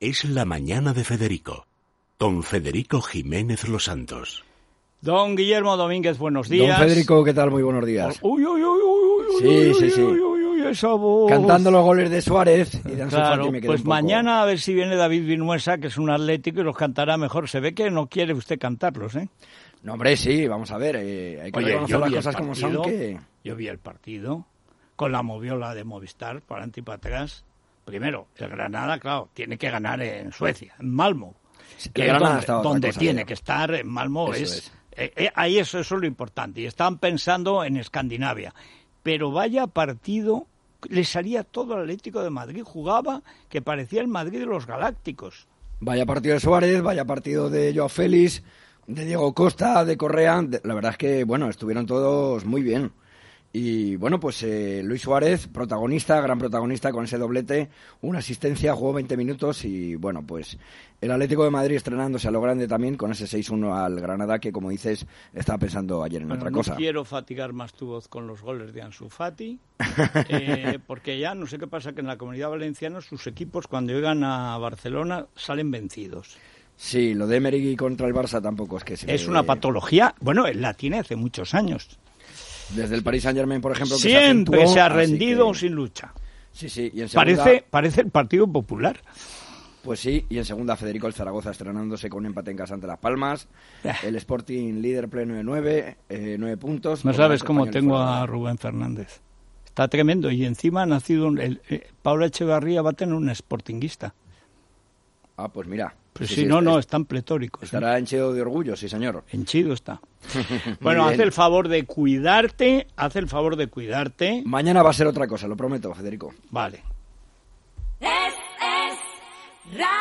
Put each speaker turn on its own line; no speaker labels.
Es la mañana de Federico, con Federico Jiménez Los Santos.
Don Guillermo Domínguez, buenos días.
Don Federico, ¿qué tal? Muy buenos días.
Uy, uy, uy, uy, uy,
Sí,
uy,
sí,
uy,
sí.
uy, uy, uy, esa voz.
Cantando los goles de Suárez y de
Pues,
Ansu
Claro,
Fati me quedé
pues
un poco-
mañana a ver si viene David Vinuesa, que es un atlético, y los cantará mejor. Se ve que no quiere usted cantarlos, ¿eh?
No, hombre, sí, vamos a ver. eh, hay que reconocer las
vi el
cosas como son.
partido,
Que...
yo vi el partido con la moviola de Movistar, para adelante y para atrás. Primero, el Granada, claro, tiene que ganar en Suecia, en Malmo. que es
Granada
donde,
está a otra
donde
cosa,
tiene
ya.
que estar, en Malmo
Eso
es...
es.
eh, eh, ahí eso, eso es lo importante. Y estaban pensando en Escandinavia. Pero vaya partido, le salía todo el Atlético de Madrid. Jugaba que parecía el Madrid de los Galácticos.
Vaya partido de Suárez, vaya partido de Joao Félix, de Diego Costa, de Correa. de- La verdad es que, bueno, estuvieron todos muy bien. Y bueno, pues eh, Luis Suárez, protagonista, gran protagonista con ese doblete, una asistencia, jugó 20 minutos y bueno, pues el Atlético de Madrid estrenándose a lo grande también con ese 6-1 al Granada que, como dices, estaba pensando ayer en
Bueno,
otra
no
cosa.
quiero fatigar más tu voz con los goles de Ansu Fati, eh, porque ya no sé qué pasa que en la Comunidad Valenciana sus equipos cuando llegan a Barcelona salen vencidos.
Sí, lo de Emery contra el Barça tampoco es que se
Es
me-
una patología, bueno, la tiene hace muchos años.
Desde el Paris Saint-Germain, por ejemplo, que se
Siempre
acentuó,
se ha
así
rendido
que-
sin lucha.
Sí, sí, y en segunda-
Parece, parece el Partido Popular.
Pues sí, y en segunda Federico el Zaragoza estrenándose con un empate en casa ante Las Palmas. El Sporting líder pleno de nueve, eh, nueve puntos.
No
Por
sabes
delante
cómo
este Español y
tengo
fuera.
a Rubén Fernández. Está tremendo. Y encima ha nacido un, el- eh, Paula Echevarría va a tener un sportinguista.
Ah, pues mira.
Pues
Pues Sí,
si
sí,
no,
es-
no,
es-
están pletóricos. ¿eh?
Estará henchido de orgullo, sí señor.
En chido está. bueno,
bien.
haz el favor de cuidarte, haz el favor de cuidarte.
Mañana va a ser otra cosa, lo prometo, Federico.
Vale.
Es, es, radio.